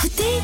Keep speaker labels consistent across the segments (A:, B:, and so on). A: C'était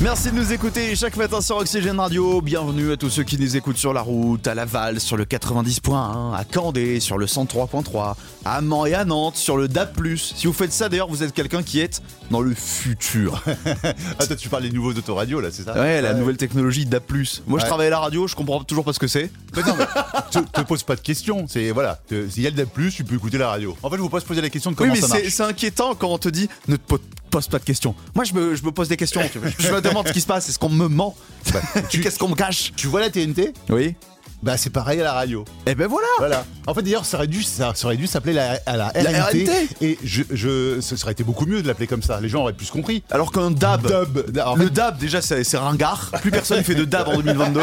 B: Merci de nous écouter chaque matin sur Oxygène Radio. Bienvenue à tous ceux qui nous écoutent sur la route, à Laval sur le 90.1, à Candé sur le 103.3, à Mans et à Nantes sur le DAP+. Si vous faites ça d'ailleurs, vous êtes quelqu'un qui est dans le futur.
C: ah toi tu parles des nouveaux autoradios là, c'est ça Euh,
B: Ouais, la nouvelle technologie DAP+. Moi je
C: Ouais.
B: travaille à la radio, je comprends toujours pas ce que c'est.
C: Mais non, mais te, te pose pas de questions. C'est voilà, te- s'il y a le DAB+, tu peux écouter la radio. En fait, je vous pose poser la question de
B: Oui
C: comment
B: mais
C: ça
B: c'est
C: marche.
B: c'est inquiétant quand on te dit ne te po- pose pas de questions. Moi je me, je me pose des questions, tu vois. je me demande ce qui se passe, est-ce qu'on me ment Qu'est-ce qu'on me cache
C: Tu vois la TNT
B: Oui.
C: Bah c'est pareil à la radio.
B: Et ben voilà
C: Voilà. En fait, d'ailleurs, ça aurait dû, ça, ça aurait dû s'appeler la, à la,
B: La
C: RNT,
B: RNT.
C: Et je, je, ce serait été beaucoup mieux de l'appeler comme ça. Les gens auraient plus compris.
B: Alors qu'un DAB...
C: DAB. DAB. En
B: Le
C: fait,
B: dab, déjà, c'est c'est ringard. Plus personne fait de dab en 2022.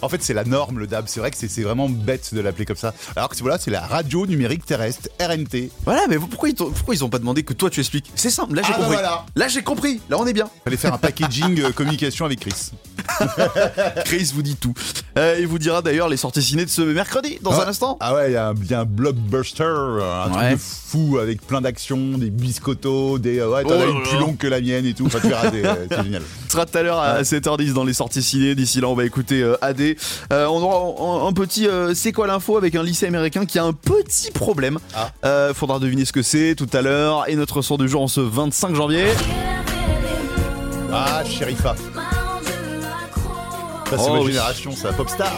C: en fait, c'est la norme, le DAB. C'est vrai que c'est c'est vraiment bête de l'appeler comme ça. Alors que voilà, c'est la radio numérique terrestre, RNT.
B: Voilà, mais pourquoi ils, t'ont- pourquoi ils ont pas demandé que toi tu expliques C'est simple, là j'ai
C: Ah bah
B: compris.
C: voilà.
B: Là j'ai compris, là on est bien.
C: Fallait faire un packaging euh, communication avec Chris.
B: Chris vous dit tout. Euh, il vous dira d'ailleurs les sorties ciné de ce mercredi, dans
C: Ah
B: un
C: ouais.
B: instant.
C: Ah ouais, il y a un, il y a un blockbuster, euh, un
B: Ouais.
C: truc de fou avec plein d'actions, des biscottos, des. euh, Ouais, t'en
B: Oh
C: as
B: là
C: une plus
B: là.
C: longue que la mienne et tout. Enfin, tu verras, c'est euh, c'est génial.
B: Ce sera tout à l'heure à 7h10 dans les sorties ciné. D'ici là, on va écouter euh, AD. Euh, on aura un, un petit euh, C'est quoi l'info avec un lycée américain qui a un petit problème.
C: Ah.
B: Euh, faudra deviner ce que c'est tout à l'heure. Et notre son du jour en ce 25 janvier.
C: Ah, Sherifa. Ça, c'est
B: Oh,
C: votre
B: oui.
C: génération, ça, popstar.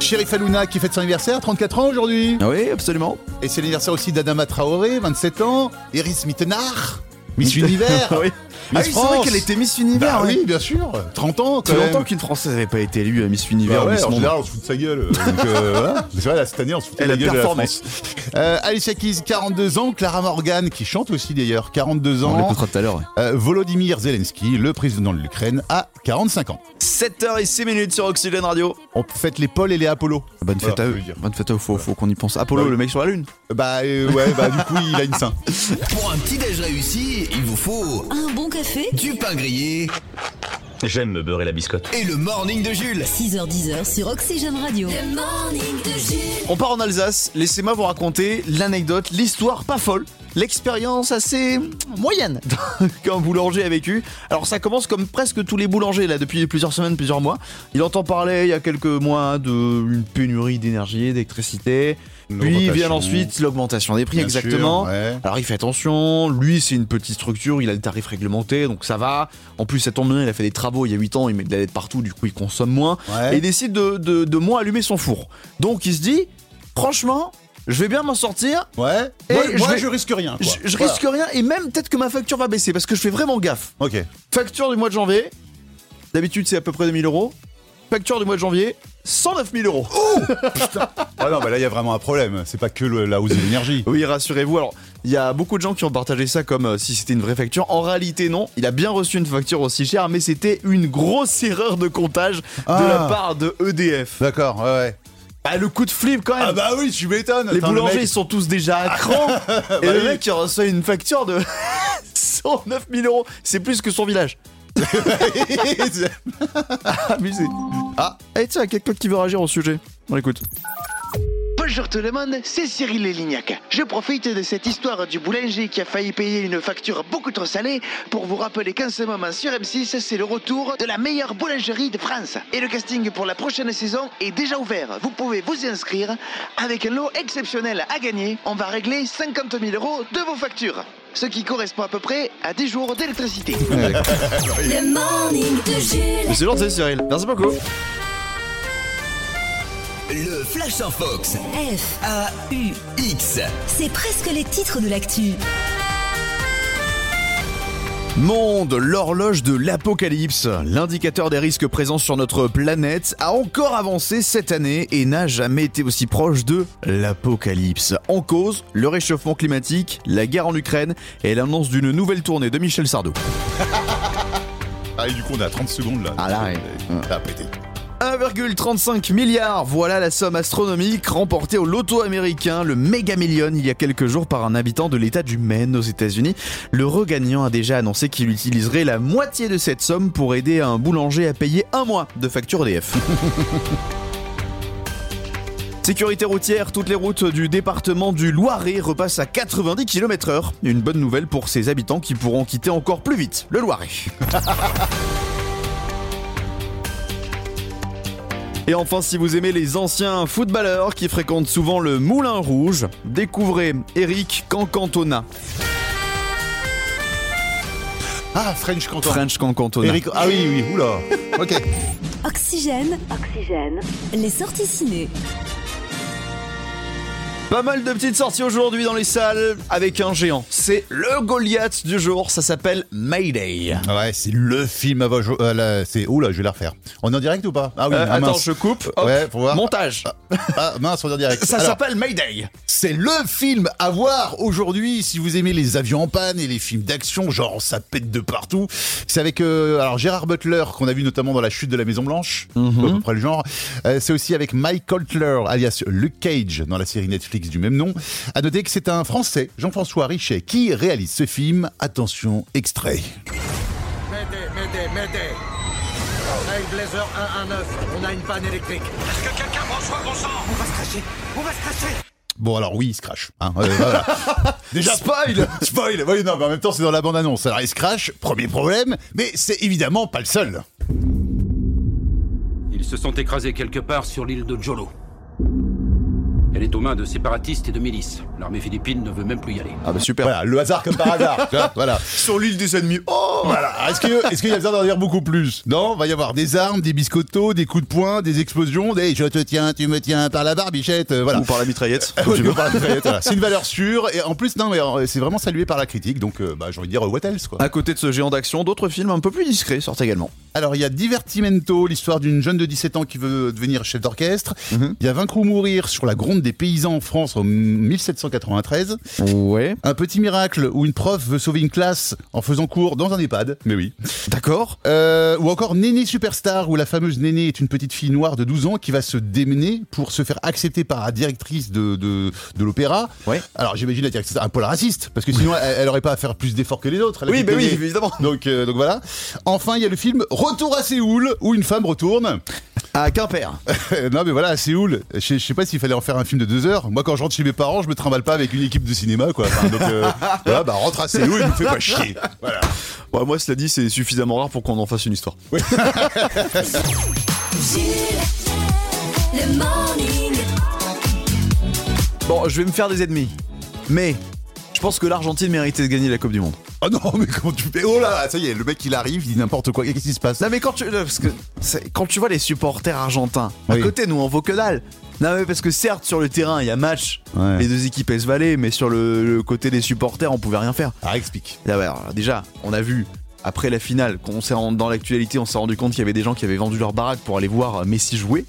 C: Sherifa Luna qui fête son anniversaire, 34 ans aujourd'hui.
B: Ah Oui, absolument.
C: Et c'est l'anniversaire aussi d'Adama Traoré, 27 ans. Iris Mittenard, Miss
B: Miss-
C: Univers.
B: Ah oui. Ah oui, c'est vrai
C: France.
B: qu'elle était Miss Univers.
C: Bah
B: hein.
C: oui, bien sûr. 30 ans, quand
B: Ça fait
C: même.
B: longtemps qu'une Française n'avait pas été élue à Miss
C: Bah
B: Univers ou
C: ouais,
B: Miss
C: en
B: Monde.
C: général, on se fout de sa gueule. euh, donc, euh, voilà. C'est vrai, là, cette année, on se fout de
B: Elle
C: la
B: a
C: gueule de la
B: performé.
C: France. Euh, Alicia Keys, 42 ans. Clara Morgan, qui chante aussi d'ailleurs, 42
B: On
C: ans.
B: l'écoutera tout à l'heure. ouais.
C: Euh, Volodymyr Zelensky, le président de l'Ukraine, à 45 ans.
B: 7h06 minutes sur Oxygène Radio.
C: On fête les Paul et les Apollo.
B: Ah, Bonne fête
C: Voilà,
B: à
C: je
B: eux.
C: veux dire.
B: Bonne fête à eux, faut, faut qu'on y pense. Apollo,
C: Bah oui.
B: le mec sur la lune.
C: Bah euh, ouais, bah du coup, il a une seins.
D: Pour un petit déj réussi, il vous faut
A: Un bon café
D: du pain grillé
E: J'aime me beurrer la biscotte.
D: et le morning de Jules.
A: 6h10 sur Oxygène Radio. Le morning de Jules.
B: On part en Alsace. Laissez-moi vous raconter l'anecdote, l'histoire pas folle, l'expérience assez moyenne qu'un boulanger a vécu. Alors ça commence comme presque tous les boulangers là depuis plusieurs semaines, plusieurs mois. Il entend parler il y a quelques mois d'une pénurie d'énergie, d'électricité. Puis
C: L'augmentation.
B: vient ensuite l'augmentation des prix
C: Bien
B: exactement.
C: sûr, ouais.
B: Alors il fait attention, lui c'est une petite structure, il a le tarif réglementé, donc ça va. En plus, ça tombe bien, il a fait des travaux il y a 8 ans, il met de la lettre partout, du coup il consomme moins.
C: Ouais.
B: Et il décide de, de, de moins allumer son four. Donc il se dit, franchement, je vais bien m'en sortir,
C: Ouais.
B: Et
C: moi,
B: je
C: moi,
B: vais-
C: je risque rien. quoi.
B: je, je
C: Voilà.
B: risque rien, et même peut-être que ma facture va baisser, parce que je fais vraiment gaffe.
C: Ok.
B: Facture du mois de janvier, d'habitude c'est à peu près 2000 euros. Facture du mois de janvier, 109 000 euros.
C: Ah non, bah là, il y a vraiment un problème. C'est pas que le- la hausse de l'énergie.
B: Oui, rassurez-vous. Alors, il y a beaucoup de gens qui ont partagé ça comme euh, si c'était une vraie facture. En réalité, non. Il a bien reçu une facture aussi chère, mais c'était une grosse erreur de comptage de
C: Ah.
B: la part de EDF.
C: D'accord, ouais, ouais.
B: Ah, le coup de flip quand même.
C: Ah bah oui, tu m'étonnes.
B: Les
C: Attends, le
B: boulangers,
C: mec-
B: ils sont tous déjà à cran. et le
C: oui.
B: mec, il reçoit une facture de 109 000 euros. C'est plus que son village. Abusé. Ah, et tiens, quelqu'un qui veut réagir au sujet. On l'écoute.
F: Bonjour tout le monde, c'est Cyril Lignac. Je profite de cette histoire du boulanger qui a failli payer une facture beaucoup trop salée pour vous rappeler qu'en ce moment sur M6, c'est le retour de la meilleure boulangerie de France. Et le casting pour la prochaine saison est déjà ouvert. Vous pouvez vous y inscrire. Avec un lot exceptionnel à gagner, on va régler 50 000 euros de vos factures. Ce qui correspond à peu près à 10 jours d'électricité.
A: Le morning de Jules.
B: C'est gentil, Cyril. Merci beaucoup.
D: Le Flash en Fox.
A: F,
D: A-U-X.
A: c'est presque les titres de l'actu.
B: Monde, l'horloge de l'apocalypse, l'indicateur des risques présents sur notre planète, a encore avancé cette année et n'a jamais été aussi proche de l'apocalypse. En cause, le réchauffement climatique, la guerre en Ukraine et l'annonce d'une nouvelle tournée de Michel Sardou.
C: Ah, et du coup, on a 30 secondes là.
B: Ah, là, ouais.
C: Ça a pété.
B: 1,35 milliard, voilà la somme astronomique remportée au loto américain, le méga million, il y a quelques jours par un habitant de l'État du Maine aux États-Unis. Le regagnant a déjà annoncé qu'il utiliserait la moitié de cette somme pour aider E un boulanger à payer un mois de facture EDF. Sécurité routière, toutes les routes du département du Loiret repassent à 90 km/h. Une bonne nouvelle pour ses habitants qui pourront quitter encore plus vite le Loiret. Et enfin, si vous aimez les anciens footballeurs qui fréquentent souvent le Moulin Rouge, découvrez Eric Cancantona.
C: Ah, French Canton.
B: French Cancantona.
C: Eric- Ah oui, oui, oula. Ok.
A: Oxygène. Oxygène. Les sorties ciné.
B: Pas mal de petites sorties aujourd'hui dans les salles avec un géant. C'est le Goliath du jour, ça s'appelle Mayday.
C: Ah Ouais, c'est le film à vos jo- euh, là, c'est oula, je vais la refaire. On est en direct ou pas Ah oui,
B: Euh,
C: ah,
B: attends,
C: mince.
B: je coupe. Hop.
C: Ouais, faut voir.
B: Montage.
C: Ah mince, on est en direct.
B: Ça
C: Alors,
B: s'appelle Mayday.
C: C'est le film à voir aujourd'hui si vous aimez les avions en panne et les films d'action, genre ça pète de partout. C'est avec euh, alors Gérard Butler qu'on a vu notamment dans la chute de la Maison Blanche,
B: Mhm.
C: à peu près le genre. Euh, c'est aussi avec Mike Coltler, alias Luke Cage, dans la série Netflix du même nom. À noter que c'est un Français, Jean-François Richet, qui réalise ce film. Attention, extrait.
G: M'aidez, m'aidez, m'aidez Rail Blazer 119, on a une panne électrique. Est-ce que quelqu'un me reçoit bon sang On va se cracher On va se cracher
C: Bon alors oui, il se crache. hein, euh, voilà. Déjà
B: Spoil
C: Spoil Oui, non, mais en même temps, c'est dans la bande-annonce. Alors, il se crache, premier problème, mais c'est évidemment pas le seul.
H: Ils se sont écrasés quelque part sur l'île de Jolo. Elle est aux mains de séparatistes et de milices. L'armée philippine ne veut même plus y aller.
B: Ah bah super.
C: Voilà, le hasard comme par hasard. tu vois, voilà.
B: Sur l'île des ennemis. Oh
C: Voilà. Est-ce que- est-ce qu'il y a besoin d'en dire beaucoup plus Non, va y avoir des armes, des biscottos, des coups de poing, des explosions, des je te tiens, tu me tiens par la barbichette, euh, voilà.
B: Ou par la mitraillette.
C: Ouais, tu peux pas- voilà. C'est une valeur sûre et en plus non mais euh, c'est vraiment salué par la critique donc euh, bah, j'ai envie de dire euh, what else quoi.
B: À côté de ce géant d'action, d'autres films un peu plus discrets sortent également.
C: Alors, il y a Divertimento, l'histoire d'une jeune de 17 ans qui veut devenir chef d'orchestre.
B: Mhm.
C: Il y a Vaincre ou mourir sur la gronde des paysans en France en 1793.
B: Ouais.
C: Un petit miracle où une prof veut sauver une classe en faisant cours dans un EHPAD. Mais oui.
B: D'accord.
C: Euh, ou encore Néné Superstar, où la fameuse Néné est une petite fille noire de 12 ans qui va se démener pour se faire accepter par la directrice de, de, de l'opéra.
B: Ouais.
C: Alors j'imagine la directrice un poil raciste, parce que sinon elle, elle aurait pas à faire plus d'efforts que les autres. Elle a
B: Oui,
C: été
B: bah oui,
C: donnée.
B: évidemment.
C: Donc, euh, donc voilà. Enfin, il y a le film Retour à Séoul, où une femme retourne.
B: À Quimper.
C: non mais voilà, à Séoul, je sais- je sais pas s'il fallait en faire un film de deux heures. Moi quand je rentre chez mes parents, je me trimballe pas avec une équipe de cinéma quoi. Enfin, donc euh, voilà, bah rentre à Séoul, il me fait pas chier. Voilà.
B: Ouais, Bah, moi, cela dit, c'est suffisamment rare pour qu'on en fasse une histoire.
A: Jules. Le morning.
B: Bon, je vais me faire des ennemis. Mais je pense que l'Argentine méritait de gagner la Coupe du Monde.
C: Oh non mais comment tu fais Oh là, ça y est, le mec il arrive, il dit n'importe quoi, qu'est-ce qui se passe
B: Non mais quand tu, euh, parce que c'est- quand tu vois les supporters argentins, à
C: Oui.
B: côté nous on vaut que dalle. Non mais parce que certes sur le terrain il y a match,
C: Ouais.
B: les deux équipes se valaient, mais sur le, le côté des supporters on pouvait rien faire.
C: Ah explique.
B: Là, bah, alors, déjà on a vu après la finale, qu'on s'est rendu- dans l'actualité on s'est rendu compte qu'il y avait des gens qui avaient vendu leur baraque pour aller voir euh, Messi jouer.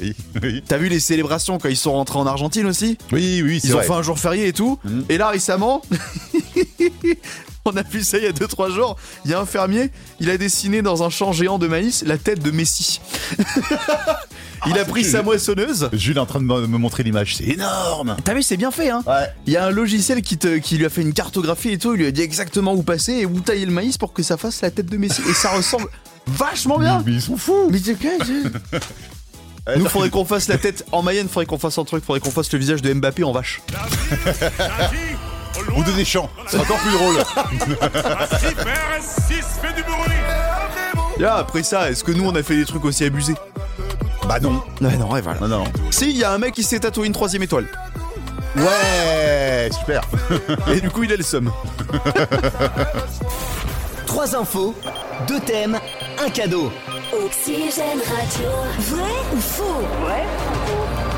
C: Oui, oui.
B: T'as vu les célébrations quand ils sont rentrés en Argentine aussi
C: Oui, oui,
B: Ils ont fait un jour férié et tout.
C: Mhm.
B: Et là, récemment, on a vu ça il y a 2-3 jours. Il y a un fermier, il a dessiné dans un champ géant de maïs la tête de Messi. il a
C: c'est
B: pris
C: cool.
B: sa moissonneuse.
C: Jules est en train de me me montrer l'image, c'est énorme
B: T'as vu, c'est bien fait, hein
C: Ouais.
B: Il y a un logiciel qui, te, qui lui a fait une cartographie et tout. Il lui a dit exactement où passer et où tailler le maïs pour que ça fasse la tête de Messi. Et ça ressemble vachement bien.
C: Mais ils sont fous
B: Mais c'est quoi, c'est- Nous, faudrait qu'on fasse la tête en Mayenne, faudrait qu'on fasse un truc, faudrait qu'on fasse le visage de Mbappé en vache.
C: Ou de Deschamps, c'est encore plus drôle
B: Là, Ah, après ça, est-ce que nous, on a fait des trucs aussi abusés
C: Bah non,
B: Ouais, non, ouais, voilà.
C: non, non.
B: Si, il y a un mec qui s'est tatoué une troisième étoile.
C: Ouais,
B: Eh,
C: super
B: Et du coup, il a le somme.
D: Trois infos, deux thèmes, un cadeau.
A: Oxygène Radio. Vrai ou faux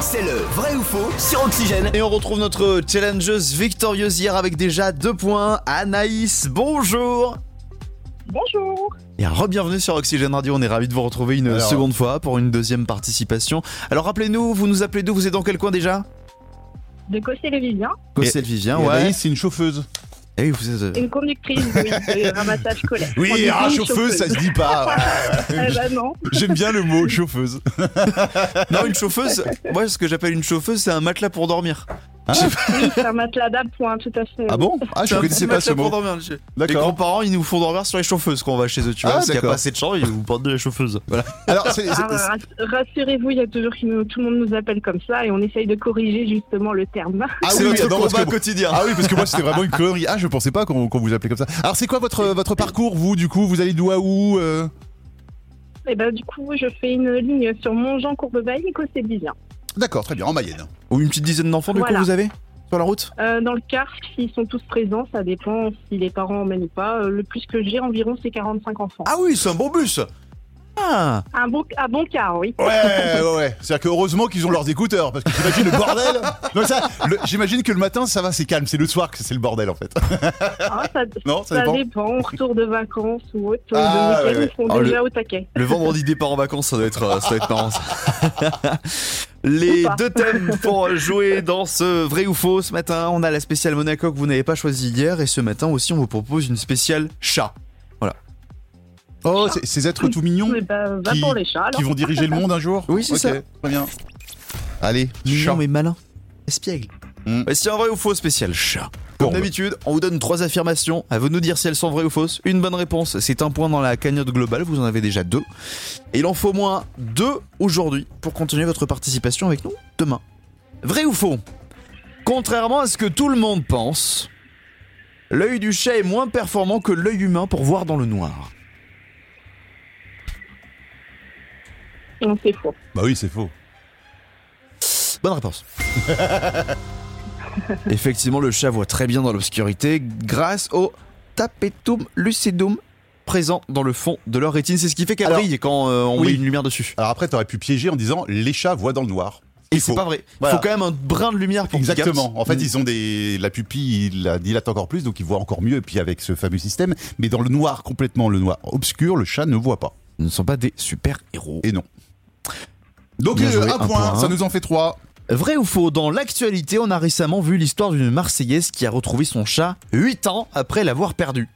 D: C'est le vrai ou faux sur Oxygène.
B: Et on retrouve notre challengeuse victorieuse hier avec déjà deux points. Anaïs, bonjour
I: Bonjour.
B: Et re-bienvenue sur Oxygène Radio. On est ravis de vous retrouver une
C: Alors-
B: seconde fois pour une deuxième participation. Alors, rappelez-nous, vous nous appelez d'où Vous êtes dans quel coin déjà
I: De côté le Vivien,
B: Cossel Vivien,
C: Et
B: ouais.
C: Anaïs, c'est une chauffeuse.
B: Et vous êtes. euh,
I: une conductrice oui, de ramassage scolaire. On dit
C: Oui, ah,
I: Oh, une
C: chauffeuse, ça se dit pas
I: Eh ben non.
C: J'aime bien le mot chauffeuse.
B: Non, une chauffeuse. Moi, ce que j'appelle une chauffeuse, c'est un matelas pour dormir.
I: Oui, c'est un matelas d'âme, point, tout à fait.
C: Ah bon Ah, je
B: C'est un
C: connaissais
B: petit
C: pas ce
B: matelas pour
C: mot.
B: dormir, monsieur. Les
C: D'accord.
B: grands-parents, ils nous font dormir sur les chauffeuses quand on va chez eux, tu vois.
C: Ah,
B: parce qu'il n'y a
C: d'accord.
B: pas assez de chambre, ils vous portent de la chauffeuse. Voilà.
C: Alors, c'est-
I: Ah,
C: c'est-
I: rass- Rassurez-vous, il y a toujours qui nous- tout le monde nous appelle comme ça et on essaye de corriger justement le terme.
C: Ah
B: c'est
C: oui,
B: notre
C: non, parce
B: combat
C: que-
B: quotidien.
C: Ah oui, parce que moi c'était vraiment une connerie. Ah, je pensais pas qu'on qu'on vous appelait comme ça. Alors, c'est quoi votre, votre parcours, vous, du coup Vous allez d'où à où euh
I: Et ben du coup, je fais une ligne sur Montjean, Courbevoie, Nico-Sédivien.
C: D'accord, très bien, en Mayenne.
B: Ou une petite dizaine d'enfants, du
I: Voilà.
B: coup, vous avez sur la route
I: Euh, dans le car, s'ils sont tous présents, ça dépend si les parents emmènent ou pas. Euh, le plus que j'ai environ, c'est 45 enfants.
B: Ah oui, c'est un bon bus Ah
I: Un bon, un bon car, oui.
C: Ouais, ouais, ouais. C'est-à-dire que heureusement qu'ils ont leurs écouteurs, parce que j'imagine le bordel. Non, ça, le- j'imagine que le matin, ça va, c'est calme. C'est le soir que c'est le bordel, en fait.
I: Ah, ça,
C: Non, ça
I: ça
C: dépend.
I: dépend. On retourne de vacances ou autre.
C: Ah,
I: le
C: ouais,
I: week-end,
C: ouais.
I: ils sont
B: Ah, le-
I: déjà au taquet.
B: Le vendredi départ en vacances, ça doit être, euh, ça doit être marrant. ça. Les
I: Ou pas.
B: deux thèmes pour jouer dans ce vrai ou faux ce matin. On a la spéciale Monaco que vous n'avez pas choisie hier. Et ce matin aussi, on vous propose une spéciale chat.
C: Oh, c'est- ces êtres tout mignons
I: Eh ben, va
C: Qui-
I: pour les chats, alors.
C: qui vont diriger le monde un jour
B: Oui, c'est
C: Ok,
B: ça.
C: Très bien. Allez,
B: Mignon
C: chat.
B: mais malin. Espiègle.
C: Mm.
B: Voici un vrai ou faux spécial chat. Comme
C: Bon,
B: d'habitude, on vous donne trois affirmations. À vous de nous dire si elles sont vraies ou fausses. Une bonne réponse, c'est un point dans la cagnotte globale. Vous en avez déjà deux. Et il en faut au moins deux aujourd'hui pour continuer votre participation avec nous demain. Vrai ou faux Contrairement à ce que tout le monde pense, l'œil du chat est moins performant que l'œil humain pour voir dans le noir.
I: Non, c'est faux.
C: Bah oui, c'est faux.
B: Bonne réponse. Effectivement, le chat voit très bien dans l'obscurité grâce au tapetum lucidum présent dans le fond de leur rétine. C'est ce qui fait qu'elle
C: Alors,
B: brille quand euh, on
C: oui.
B: met une lumière dessus.
C: Alors après, t'aurais pu piéger en disant les chats voient dans le noir.
B: Et
C: Il
B: c'est
C: faut.
B: pas vrai. Il
C: Voilà.
B: faut quand même un brin de lumière pour Mm. qu'ils
C: Exactement.
B: captent.
C: En fait, ils ont des la pupille, il la dilate encore plus, donc ils voient encore mieux. Et puis avec ce fameux système, mais dans le noir complètement, le noir obscur, le chat ne voit pas.
B: Ils ne sont pas des super-héros.
C: Et non. Donc
B: Bien
C: euh,
B: joué,
C: un,
B: un
C: point,
B: point.
C: ça nous en fait trois.
B: Vrai ou faux Dans l'actualité, on a récemment vu l'histoire d'une Marseillaise qui a retrouvé son chat 8 ans après l'avoir perdu.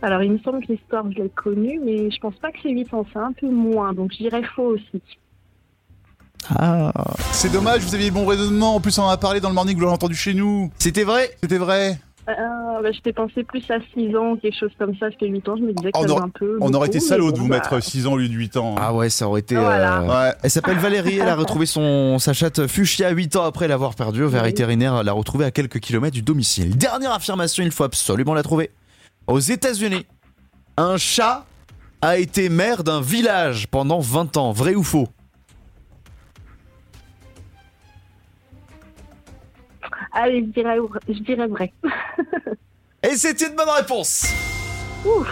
I: Alors, il me semble que l'histoire, je l'ai connue, mais je pense pas que c'est 8 ans, c'est un peu moins. Donc, je dirais faux aussi.
C: C'est dommage, vous aviez le bon raisonnement. En plus, on en a parlé dans le morning, vous l'avez entendu chez nous.
B: C'était vrai
C: C'était vrai.
I: Euh, bah, je t'ai pensé plus à 6 ans, quelque chose comme ça, parce que 8 ans, je me disais que
C: On
I: ça faisait
C: aurait-
I: un peu.
C: On aurait
I: beaucoup,
C: été salaud
I: mais
C: de
I: bon,
C: vous
I: bah,
C: mettre 6 ans, lui de 8 ans.
B: Oh, Ah ouais, ça aurait été...
I: Voilà.
B: euh,
C: Ouais.
B: Elle s'appelle Valérie, elle a retrouvé son, sa chatte fuchsia 8 ans après l'avoir perdue. Un vétérinaire l'a retrouvée à quelques kilomètres du domicile. Dernière affirmation, il faut absolument la trouver. Aux États-Unis, un chat a été maire d'un village pendant 20 ans. Vrai ou faux
I: bah, Allez, je dirais, je dirais vrai.
B: Et c'était une bonne réponse
C: Oh,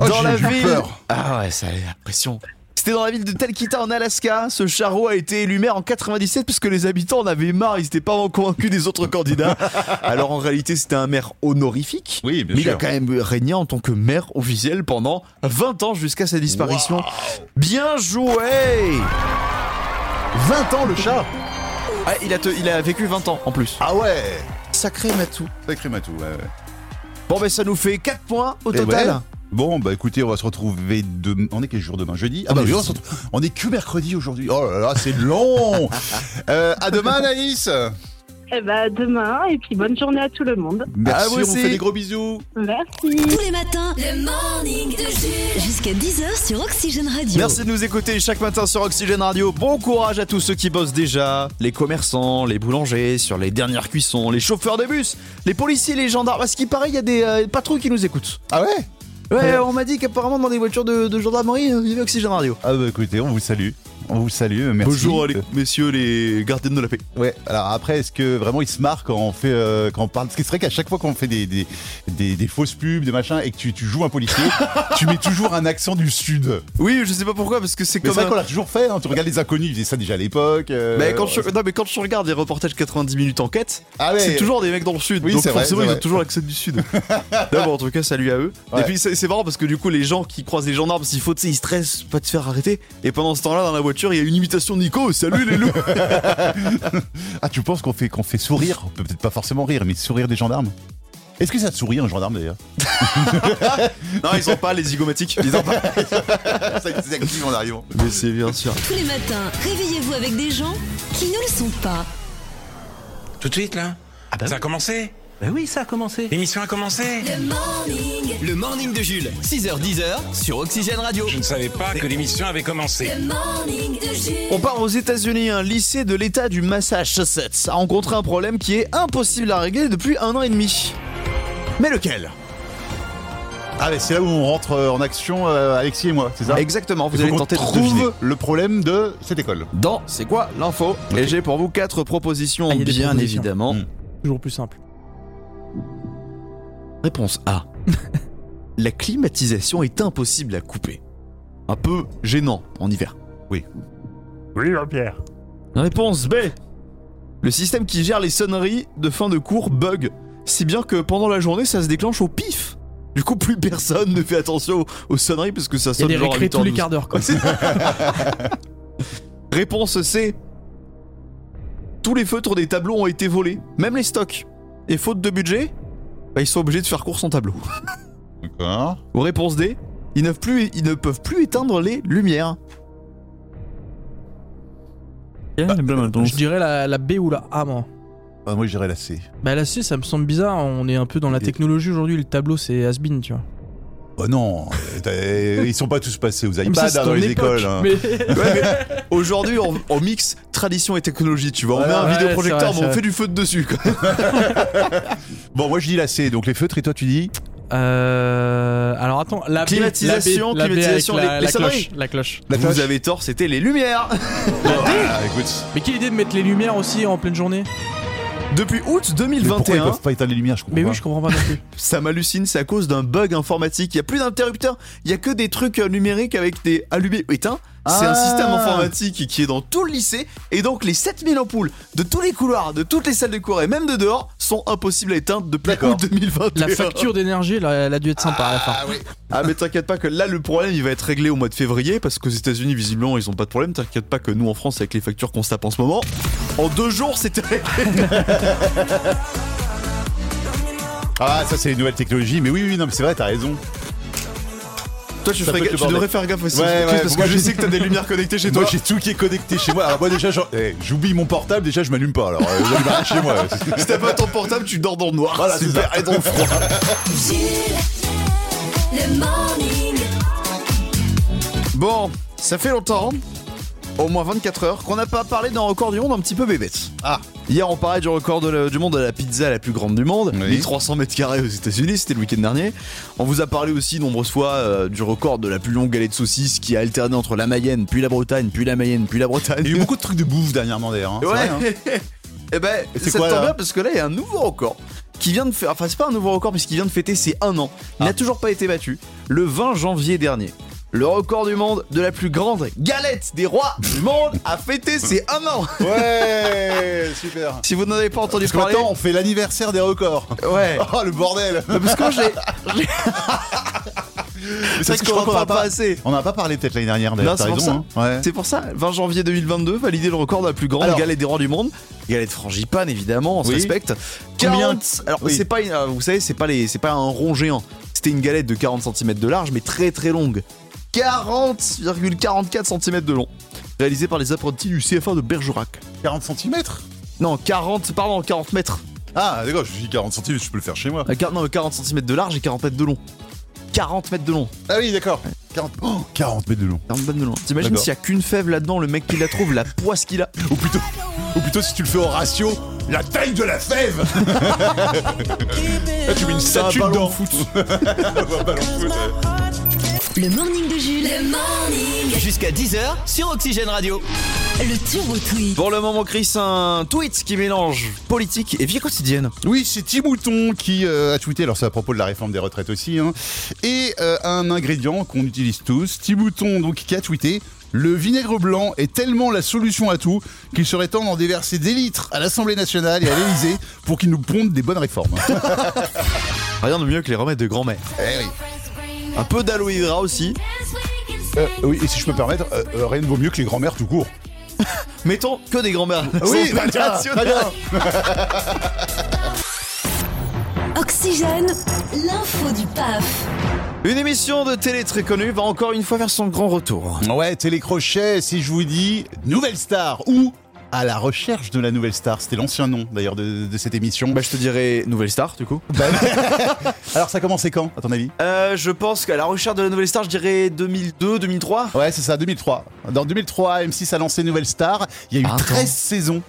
B: Dans
C: j'ai-
B: la
C: j'ai eu
B: ville.
C: peur.
B: Ah ouais, ça a la pression. C'était dans la ville de Talkeetna en Alaska. Ce charreau a été élu maire en 97 parce que les habitants en avaient marre. Ils n'étaient pas vraiment convaincus des autres candidats. Alors en réalité, c'était un maire honorifique.
C: Oui, bien
B: Mais il a
C: sûr.
B: quand même régné en tant que maire officiel pendant 20 ans jusqu'à sa disparition. Bien joué
C: 20 ans le chat.
B: Ah, il, a te- il a vécu 20 ans en plus.
C: Ah ouais.
B: Sacré Matou.
C: Sacré matou. ouais, ouais.
B: Bon, ben ça nous fait 4 points au
C: Eh
B: total.
C: ouais. Bon, bah écoutez, on va se retrouver demain. On est quel jour demain Jeudi Ah
B: On
C: bah
B: est
C: oui, on,
B: jeudi.
C: se retrouve- on est que mercredi aujourd'hui. Oh là là, c'est long Euh, À demain, Anaïs
I: Eh ben, demain, et puis bonne journée à tout le monde.
C: Merci,
B: vous
C: on
B: aussi.
C: fait des gros bisous.
I: Merci.
A: Tous les matins, le morning de Jules. Jusqu'à 10h sur Oxygène Radio.
B: Merci de nous écouter chaque matin sur Oxygène Radio. Bon courage à tous ceux qui bossent déjà, les commerçants, les boulangers, sur les dernières cuissons, les chauffeurs de bus, les policiers, les gendarmes. Parce qu'il paraît, il y a des euh, patrons qui nous écoutent.
C: Ah ouais
B: Ouais, on m'a dit qu'apparemment dans des voitures de, de gendarmerie, euh, il y avait Oxygène Radio.
C: Ah bah écoutez, on vous salue. On vous salue, merci. Euh.
B: messieurs les gardiens de la paix.
C: Ouais, alors après, est-ce que vraiment ils se marrent quand on fait, euh, quand on parle Parce que c'est vrai qu'à chaque fois qu'on fait des, des, des- des fausses pubs, des machins, et que tu, tu joues un policier, tu mets toujours un accent du sud.
B: Oui, je sais pas pourquoi, parce que c'est
C: Mais c'est
B: comme.
C: vrai qu'on
B: un-
C: l'a toujours fait, hein, tu regardes les inconnus, ils faisaient ça déjà à l'époque. euh,
B: Mais quand, je... non, mais quand je regarde les reportages 90 minutes enquête,
C: Ah ouais.
B: c'est toujours des mecs dans le sud.
C: Oui,
B: donc
C: c'est vrai,
B: forcément,
C: c'est
B: ils ont
C: vrai.
B: toujours l'accent du sud. D'abord, en tout cas, salut à eux.
C: Ouais.
B: Et puis, c'est c'est marrant parce que du coup, les gens qui croisent les gendarmes, s'il faut, tu sais, ils stressent, pas de se faire arrêter. Et pendant ce temps-là, dans la voiture, il y a une imitation de Nico. Salut les loups
C: Ah, tu penses qu'on fait, qu'on fait sourire Peut-être pas forcément rire, mais sourire des gendarmes Est-ce que ça te sourit un gendarme d'ailleurs
B: Non, ils ont pas les zygomatiques. Ils ont pas.
C: C'est actif en arrivant.
B: Mais c'est bien sûr.
A: Tous les matins, réveillez-vous avec des gens qui ne le sont pas.
J: Tout de suite là Ça a commencé
K: Ben oui, ça a commencé.
J: L'émission a commencé
A: Le morning,
D: Le morning de Jules, 6h10 sur Oxygène Radio.
J: Je ne savais pas que l'émission avait commencé.
A: le morning de Jules.
B: On part aux États-Unis. Un lycée de l'État du Massachusetts a rencontré un problème qui est impossible à régler depuis un an et demi. Mais lequel
C: Ah, mais c'est là où on rentre euh, en action, euh, Alexis et moi, c'est ça
B: Exactement, vous
C: Il faut
B: allez
C: qu'on
B: tenter de
C: trouve
B: deviner.
C: le problème de cette école.
B: Dans C'est quoi l'info Et j'ai pour vous quatre propositions,
K: Ah, il y a des
B: bien
K: propositions. Hmm.
B: évidemment.
C: Mm.
K: Toujours plus simple.
B: Réponse A. La climatisation est impossible à couper. Un peu gênant en hiver.
K: Oui, Jean-Pierre.
B: Réponse B. Le système qui gère les sonneries de fin de cours bug. Si bien que pendant la journée, ça se déclenche au pif. Du coup, plus personne ne fait attention aux- aux sonneries parce que
K: Il
B: ça
K: y a
B: sonne
K: des
B: genre à
K: récrés tous les
B: 8h12.
K: quarts d'heure quoi.
B: Réponse C. Tous les feutres des tableaux ont été volés, même les stocks. Et faute de budget, bah, ils sont obligés de faire course en tableau.
C: D'accord.
B: Ou réponse D, ils ne, plus, ils ne peuvent plus éteindre les lumières. Bah,
K: Je dirais la, la B ou la A moi.
C: Ah, moi j'irais la C.
K: Bah la C ça me semble bizarre, on est un peu dans la
C: Et-
K: technologie aujourd'hui, le tableau c'est has-been tu vois.
C: Oh non, euh, t'as- ils sont pas tous passés aux
K: Mais ça,
C: iPads
K: c'est
C: hein, dans
K: ton
C: les
K: époque,
C: écoles. hein.
K: mais-
B: Ouais, mais Aujourd'hui, on, on mixe tradition et technologie, tu vois. On
K: Ouais,
B: met un
K: ouais, c'est
B: vidéoprojecteur,
K: vrai,
B: mais on
K: c'est
B: fait du feu de dessus. quoi.
C: Bon, moi je dis la C, donc les feutres et toi tu dis
K: Euh, alors attends, la B-
B: Climatisation,
K: la B, la B avec
B: climatisation,
K: la,
B: les-
K: la
B: les sonneries.
K: cloche, la cloche.
C: la
B: Vous
C: cloche.
B: avez tort, c'était les lumières.
K: Bah,
C: Ah, écoute.
K: Mais quelle idée de mettre les lumières aussi en pleine journée
B: Depuis août
C: Mais pourquoi ils
B: 2021,
C: peuvent pas éteindre les lumières, je comprends
K: Mais oui,
C: pas.
K: je comprends pas non plus.
B: ça m'hallucine, c'est à cause d'un bug informatique. Il n'y a plus d'interrupteur, il n'y a que des trucs euh, numériques avec des allumés éteints. C'est un
C: Ah.
B: système informatique qui est dans tout le lycée. Et donc, les 7000 ampoules de tous les couloirs, de toutes les salles de cours et même de dehors sont impossibles à éteindre depuis
C: D'accord.
B: août 2021.
K: La facture d'énergie, là, elle a dû être sympa à la fin.
B: Ah mais t'inquiète pas que là le problème il va être réglé au mois de février parce qu'aux États-Unis visiblement ils ont pas de problème. T'inquiète pas que nous en France avec les factures qu'on se tape en ce moment, en deux jours c'était réglé.
C: Ah, ça c'est les nouvelles technologies, mais oui, oui, non, mais c'est vrai, t'as raison.
B: Toi tu,
C: Ça
B: ferais
C: peut
B: ga-
C: être le
B: tu devrais
C: bordel.
B: faire gaffe aussi
C: Ouais,
B: Chris,
C: ouais,
B: parce que
C: moi,
B: je
C: j'ai-
B: sais que t'as des lumières connectées chez
C: Moi
B: toi.
C: j'ai tout qui est connecté chez moi. Alors moi déjà, genre, eh, j'oublie mon portable, déjà je m'allume pas, alors euh, j'allume rien chez moi.
B: Si t'as pas ton portable tu dors dans le noir.
C: Voilà, c'est
B: Super.
C: ça. Et donc, froid.
A: Jules, le morning.
B: Bon, ça fait longtemps, au moins 24 heures, qu'on n'a pas parlé d'un record du monde un petit peu bébête.
C: Ah.
B: Hier on parlait du record de la- du monde de la pizza la plus grande du monde,
C: Oui.
B: 1300 mètres carrés aux États-Unis, c'était le week-end dernier. On vous a parlé aussi nombreuses fois euh, du record de la plus longue galette de saucisses qui a alterné entre la Mayenne, puis la Bretagne, puis la Mayenne, puis la Bretagne.
C: Il y a eu beaucoup de trucs de bouffe dernièrement d'ailleurs. hein. C'est vrai, hein.
B: Et ben,
C: Et c'est
B: ça
C: quoi,
B: tombe
C: là
B: bien parce que là, il y a un nouveau record qui vient de faire. Enfin, c'est pas un nouveau record, mais ce qui vient de fêter, c'est un an. Il
C: Ah.
B: n'a toujours pas été battu. Le 20 janvier dernier, le record du monde de la plus grande galette des rois du monde a fêté ses un an.
C: Ouais, super.
B: Si vous n'en avez pas entendu
C: Parce que
B: parler.
C: maintenant on fait l'anniversaire des records.
B: Ouais.
C: Oh le bordel
B: Parce que moi, j'ai. j'ai-
C: vrai
B: Parce qu'on en parle pas assez.
C: On n'a pas parlé peut-être l'année dernière
B: Non,
C: d'ailleurs, t'as
B: c'est pour
C: raison. hein. Ouais.
B: C'est pour ça, 20 janvier 2022, valider le record de la plus grande
C: Alors-
B: galette des rois du monde. Galette frangipane, évidemment, on se
C: Oui.
B: respecte.
C: Combien
B: 40 Alors,
C: Oui.
B: c'est pas, une- euh, vous savez, c'est pas, les- c'est pas un rond géant. C'était une galette de 40 cm de large, mais très très longue. 40,44 cm de long. Réalisée par les apprentis du CFA de Bergerac.
C: 40 cm
B: Non, 40, pardon, 40 mètres.
C: Ah d'accord, je dis 40 cm, je peux le faire chez moi.
B: Euh, quar- Non, 40 cm de large et 40 mètres de long. 40 mètres de long.
C: Ah oui d'accord. 40, oh, 40 mètres de long.
B: 40 mètres de long. T'imagines
C: D'accord.
B: s'il y a qu'une fève là-dedans, le mec qui la trouve, la poisse qu'il a.
C: Ou plutôt, ou plutôt si tu le fais au ratio, la taille de la fève Là, tu mets une statue dedans. Ouais, ballon de foot, ouais.
A: Le morning de Jules, le morning.
D: Jusqu'à 10h sur Oxygène Radio.
A: Le turbo tweet.
B: Pour le moment, Chris, un tweet qui mélange politique et vie quotidienne.
C: Oui, c'est Timouton qui euh, a tweeté, alors c'est à propos de la réforme des retraites aussi, hein, et euh, un ingrédient qu'on utilise tous, Timouton donc qui a tweeté le vinaigre blanc est tellement la solution à tout qu'il serait temps d'en déverser des litres à l'Assemblée nationale et à l'Élysée pour qu'ils nous pondent des bonnes réformes.
B: Rien de mieux que les remèdes de grand-mère. Un peu d'aloe vera aussi.
C: Euh, oui, et si je peux me permettre, euh, euh, rien ne vaut mieux que les grands-mères tout court.
B: Mettons que bah des grand-mères.
C: Oui,
B: Assemblée
C: bah tiens,
B: nationale.
A: Oxygène, l'info du PAF.
B: Une émission de télé très connue va encore une fois faire son grand retour.
C: Ouais, télécrochet, si je vous dis nouvelle star ou à la recherche de la nouvelle star. C'était l'ancien nom d'ailleurs de, de cette émission.
B: Bah, je te dirais nouvelle star du coup.
C: Alors ça commençait quand, à ton avis
B: Euh, je pense qu'à la recherche de la nouvelle star, je dirais 2002, 2003.
C: Ouais, c'est ça, 2003. Dans 2003, M6 a lancé Nouvelle Star. Il y a eu 13 saisons.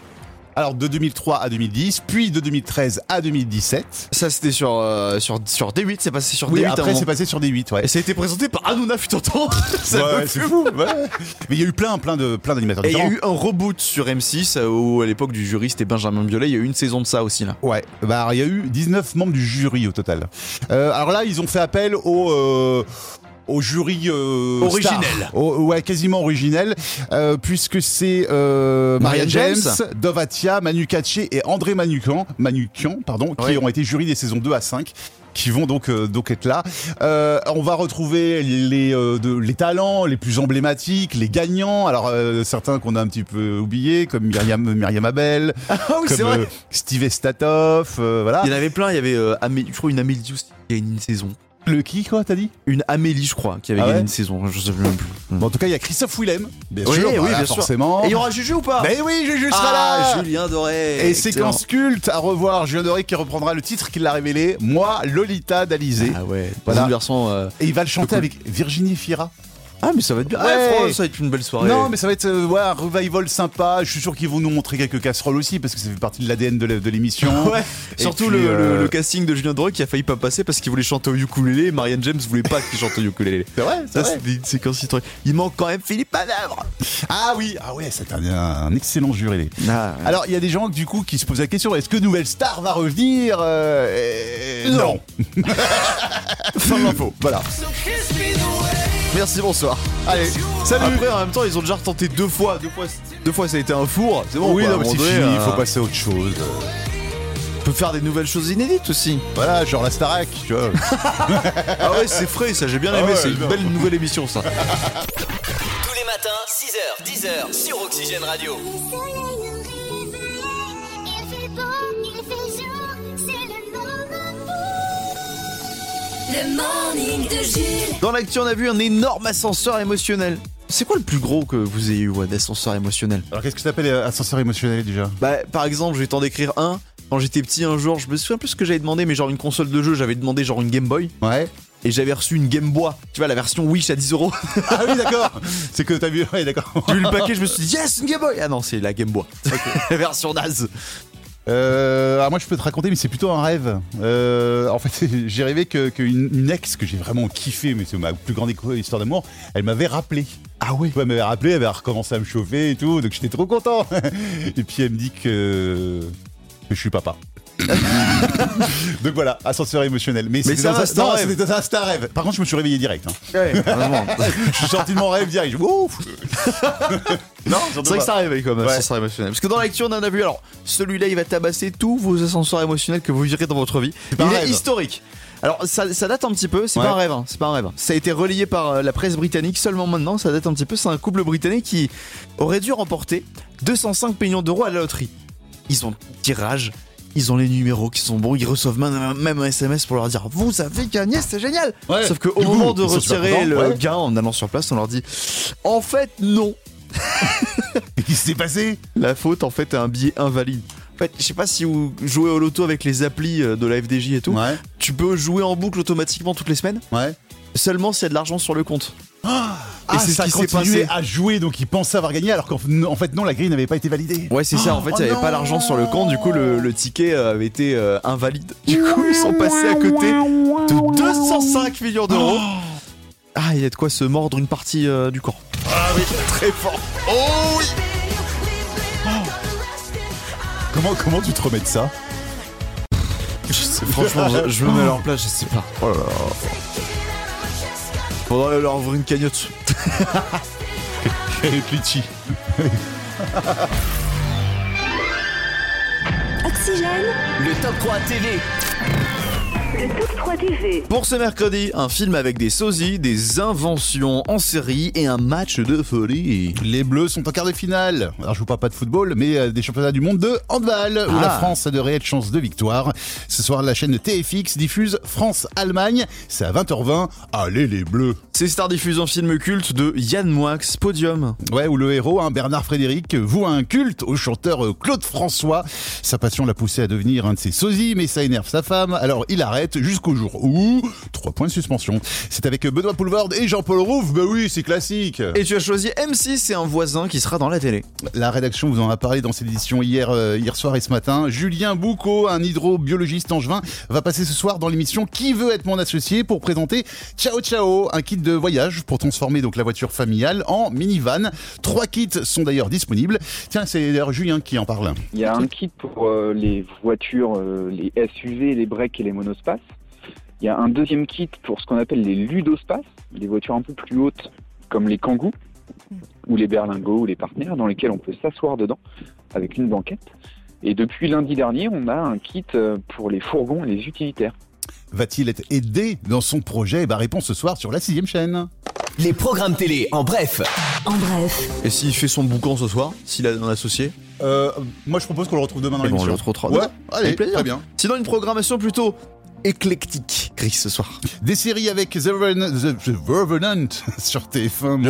C: Alors de 2003 à 2010, puis de 2013 à 2017.
B: Ça c'était sur, euh, sur, sur D8, c'est passé sur hein,
C: Oui,
B: D8. à un
C: après
B: moment.
C: c'est passé sur des 8 ouais.
B: Et ça a été présenté par Hanouna fut en temps. Ça
C: Ouais,
B: me
C: c'est
B: fume.
C: fou. ouais. Mais il y a eu plein, plein de, plein d'animateurs
B: Et il y a
C: différents.
B: eu un reboot sur M6 euh, où à l'époque du jury c'était Benjamin Biolay, il y a eu une saison de ça aussi là.
C: Ouais, bah il y a eu 19 membres du jury au total. Euh, alors là, ils ont fait appel au euh, au jury euh,
B: Originel.
C: star. Au- ouais, quasiment originel, euh, puisque c'est euh, Maria
B: Marianne
C: James,
B: James.
C: Dovatia, Manu Katché et André Manucan, Manucan, pardon, qui
B: Ouais.
C: ont été jury des saisons 2 à 5 qui vont donc euh, donc être là. Euh, on va retrouver les euh, de- les talents les plus emblématiques, les gagnants. Alors euh, certains qu'on a un petit peu oubliés comme Myriam Myriam Abel,
B: Ah oui,
C: comme
B: c'est vrai.
C: euh, Steve Estatoff, euh, voilà.
B: Il y en avait plein, il y avait euh, Amé- je crois une Amélie aussi qui a gagné une saison.
C: Le qui quoi t'as dit
B: Une Amélie je crois qui avait
C: Ah ouais
B: gagné une saison, je sais même plus.
C: Bon, En tout cas il y a Christophe Willem, bien
B: Oui,
C: sûr,
B: oui,
C: voilà,
B: bien sûr.
C: forcément.
B: Et il y aura Juju ou pas
C: Ben oui, Juju sera
B: Ah,
C: là.
B: Julien Doré.
C: Et
B: excellent.
C: séquence culte à revoir, Julien Doré qui reprendra le titre qu'il a révélé, moi Lolita d'Alizé.
B: Ah ouais,
C: Voilà.
B: voilà. garçon. euh,
C: Et il va le chanter
B: cool.
C: avec Virginie Fira.
B: Ah mais ça va être bien. Ouais,
C: Ouais.
B: franchement, ça va être une belle soirée.
C: Non, mais ça va être euh, ouais, un revival sympa. Je suis sûr qu'ils vont nous montrer quelques casseroles aussi parce que ça fait partie de l'ADN de la- de l'émission.
B: Ouais.
C: Et
B: Surtout
C: puis,
B: le, le-
C: euh,
B: le casting de Julien Doré qui a failli pas passer parce qu'il voulait chanter au ukulélé. Marianne James voulait pas qu'il chante au ukulélé.
C: C'est vrai, c'est
B: Ça,
C: vrai.
B: c'était une séquence historique. Il manque quand même Philippe Manœuvre.
C: Ah oui, ah ouais, c'est un, un excellent juré.
B: Alors,
C: Alors, il y a des gens du coup qui se posent la question est-ce que Nouvelle Star va revenir Euh, euh, Non.
B: fin de l'info.
C: Voilà.
B: Merci, bonsoir. Allez, salut. Après, en même temps, ils ont déjà retenté deux fois. Deux fois, deux fois ça a été un four. C'est bon,
C: oui,
B: quoi,
C: non,
B: à
C: mais
B: un
C: c'est
B: moment
C: fini,
B: donné,
C: il faut
B: euh,
C: passer à autre chose. Euh,
B: On peut faire des nouvelles choses inédites aussi.
C: Voilà, Ah, genre la Starac, tu vois.
B: Ah ouais, c'est frais, ça, j'ai Ah bien aimé.
C: ouais,
B: c'est une
C: bien.
B: belle nouvelle émission, ça.
D: Tous les matins, 6h, 10h sur Oxygène Radio.
A: Le morning de Jules.
B: Dans l'actu, on a vu un énorme ascenseur émotionnel. C'est quoi le plus gros que vous ayez eu ouais, d'ascenseur émotionnel
C: Alors, qu'est-ce que ça s'appelle euh, ascenseur émotionnel déjà
B: Bah, par exemple, je vais t'en décrire un. Quand j'étais petit, un jour, je me souviens plus ce que j'avais demandé, mais genre une console de jeu, j'avais demandé genre une Game Boy.
C: Ouais.
B: Et j'avais reçu une Game Boy, tu vois, la version Wish à 10 euros.
C: Ah oui, d'accord. c'est que t'as vu, ouais, d'accord.
B: J'ai eu le paquet, je me suis dit, yes, une Game Boy Ah non, c'est la Game Boy. la version naze.
C: Euh, alors moi je peux te raconter mais c'est plutôt un rêve. Euh, en fait j'ai rêvé que- qu'une une ex que j'ai vraiment kiffé mais c'est ma plus grande éco- histoire d'amour, elle m'avait rappelé. Ah oui Elle m'avait rappelé, elle avait recommencé à me chauffer et tout, donc j'étais trop content. et puis elle me dit que, que je suis papa. donc voilà, ascenseur émotionnel. Mais, c'était
B: ça
C: dans
B: va,
C: un star
B: non,
C: rêve. c'était dans un star rêve. Par contre je me suis réveillé direct. hein. je suis sorti de mon rêve direct. Je- Ouf Non,
B: C'est vrai que ça réveille comme
C: Ouais.
B: ascenseur émotionnel. Parce que dans l'actu, on en a vu. Alors, celui-là, il va tabasser tous vos ascenseurs émotionnels que vous vivrez dans votre vie.
C: pas
B: il
C: un
B: est
C: rêve.
B: historique. Alors, ça, ça date un petit peu. C'est
C: Ouais.
B: pas un rêve. hein, c'est pas un rêve. Ça a été relayé par euh, la presse britannique seulement maintenant. Ça date un petit peu. C'est un couple britannique qui aurait dû remporter 205 millions d'euros à la loterie. Ils ont le tirage. Ils ont les numéros qui sont bons, ils reçoivent même, même un SMS pour leur dire Vous avez gagné, c'est génial
C: Ouais.
B: Sauf qu'au
C: Du coup,
B: moment de
C: ils sont super
B: retirer
C: contents,
B: le
C: ouais.
B: gain en allant sur place, on leur dit En fait, non
C: Qu'est-ce qui s'est passé
B: la faute, en fait, à un billet invalide. En fait, je sais pas si vous jouez au loto avec les applis euh, de la FDJ et tout.
C: Ouais,
B: Tu peux jouer en boucle automatiquement toutes les semaines,
C: ouais.
B: seulement s'il y a de l'argent sur le compte.
C: Ah,
B: Et c'est ce
C: ça
B: qui s'est
C: continuait
B: passé.
C: à jouer, donc il pensait avoir gagné, alors qu'en en fait, non, la grille n'avait pas été validée.
B: Ouais, c'est ça. En fait, il y avait pas l'argent sur le compte. Du coup, le, le ticket euh, avait été euh, invalide. Du coup, ils sont passés à côté de 205 millions d'euros. Ah, il y a de quoi se mordre une partie euh, du corps.
C: Comment, comment tu te remets de ça
B: Franchement, je, je me mets à leur place, je sais pas. Oh là là. Faudrait leur ouvrir une cagnotte.
C: Avec Litchi.
A: Oxygène,
D: Le top 3 TV.
B: Pour ce mercredi, un film avec des sosies, des inventions en série et un match de folie.
C: Les Bleus sont en quart de finale. Alors je vous parle pas de football, mais euh, des championnats du monde de handball où
B: Ah.
C: la France a de réelles chances de victoire. Ce soir, la chaîne TFX diffuse France-Allemagne. C'est à 20h20. Allez les Bleus
B: C'est Star Diffusion film culte de Yann Moix, Podium.
C: Ouais, où le héros, hein, Bernard Frédéric, voue un culte au chanteur euh, Claude François. Sa passion l'a poussé à devenir un de ses sosies, mais ça énerve sa femme. Alors il arrête jusqu'au jour où... Trois points de suspension. C'est avec Benoît Poulvord et Jean-Paul Rouve. Bah oui, c'est classique
B: Et tu as choisi M6 et un voisin qui sera dans la télé.
C: La rédaction vous en a parlé dans cette édition hier, euh, hier soir et ce matin. Julien Boucaud, un hydrobiologiste angevin, va passer ce soir dans l'émission Qui veut être mon associé pour présenter Ciao Ciao, un kit de voyage pour transformer donc la voiture familiale en minivan. Trois kits sont d'ailleurs disponibles. Tiens, c'est d'ailleurs Julien qui en parle.
L: Il y a un kit pour euh, les voitures, euh, les SUV, les breaks et les monospaces. Il y a un deuxième kit pour ce qu'on appelle les ludospaces, les voitures un peu plus hautes comme les kangous ou les berlingots ou les partenaires dans lesquels on peut s'asseoir dedans avec une banquette. Et depuis lundi dernier, on a un kit euh, pour les fourgons et les utilitaires.
C: Va-t-il être aidé dans son projet Eh ben, Réponse ce soir sur la sixième chaîne.
D: Les programmes télé, en bref.
A: En bref,
B: Et s'il fait son boucan ce soir, s'il a un associé
C: Euh, moi, je propose qu'on le retrouve demain dans
B: Et bon, Eh ben, on
C: l'émission.
B: le retrouvera
C: Ouais,
B: demain.
C: allez,
B: Avec plaisir.
C: très bien.
B: Sinon, une programmation plutôt éclectique, Chris, ce soir.
C: Des séries avec The Revenant, The- The Revenant sur TF1.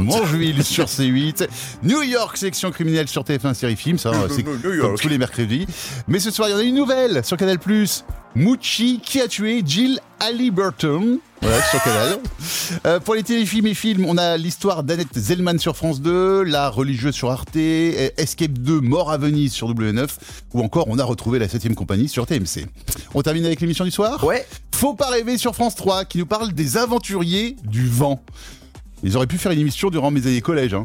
C: Mangeville sur C8. New York, section criminelle sur TF1 série film. Ça, c'est comme tous les mercredis. Mais ce soir, il y en a une nouvelle sur Canal+. Mucci, qui a tué Jill Halliburton. Voilà, sur Canal. Euh, pour les téléfilms et films, on a l'histoire d'Annette Zellman sur France 2, La religieuse sur Arte, euh, Escape 2, Mort à Venise sur W9, ou encore on a retrouvé La 7ème compagnie sur TMC. On termine avec l'émission du soir
B: Ouais.
C: Faut pas rêver sur France 3 qui nous parle des aventuriers du vent. Ils auraient pu faire une émission durant mes années collège. hein.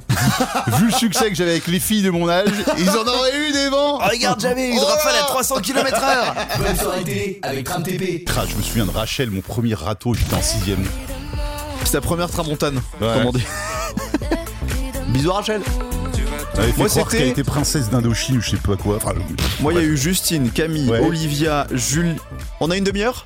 C: Vu le succès que j'avais avec les filles de mon âge, ils en auraient eu des vents.
B: regarde, j'avais une
C: Oh là
B: rafale à
C: là
B: 300 km/h.
D: Bonne soirée télé avec Tram TP.
C: Ah, je me souviens de Rachel, mon premier râteau, j'étais en sixième.
B: C'est ta première tramontane,
C: Ouais.
B: comme on dit. Bisous, Rachel.
C: Elle avait fait
B: Moi,
C: croire
B: c'était-
C: qu'elle était princesse d'Indochine ou je sais pas quoi. Enfin,
B: Moi, il y a eu Justine, Camille,
C: Ouais.
B: Olivia, Jules. On a une demi-heure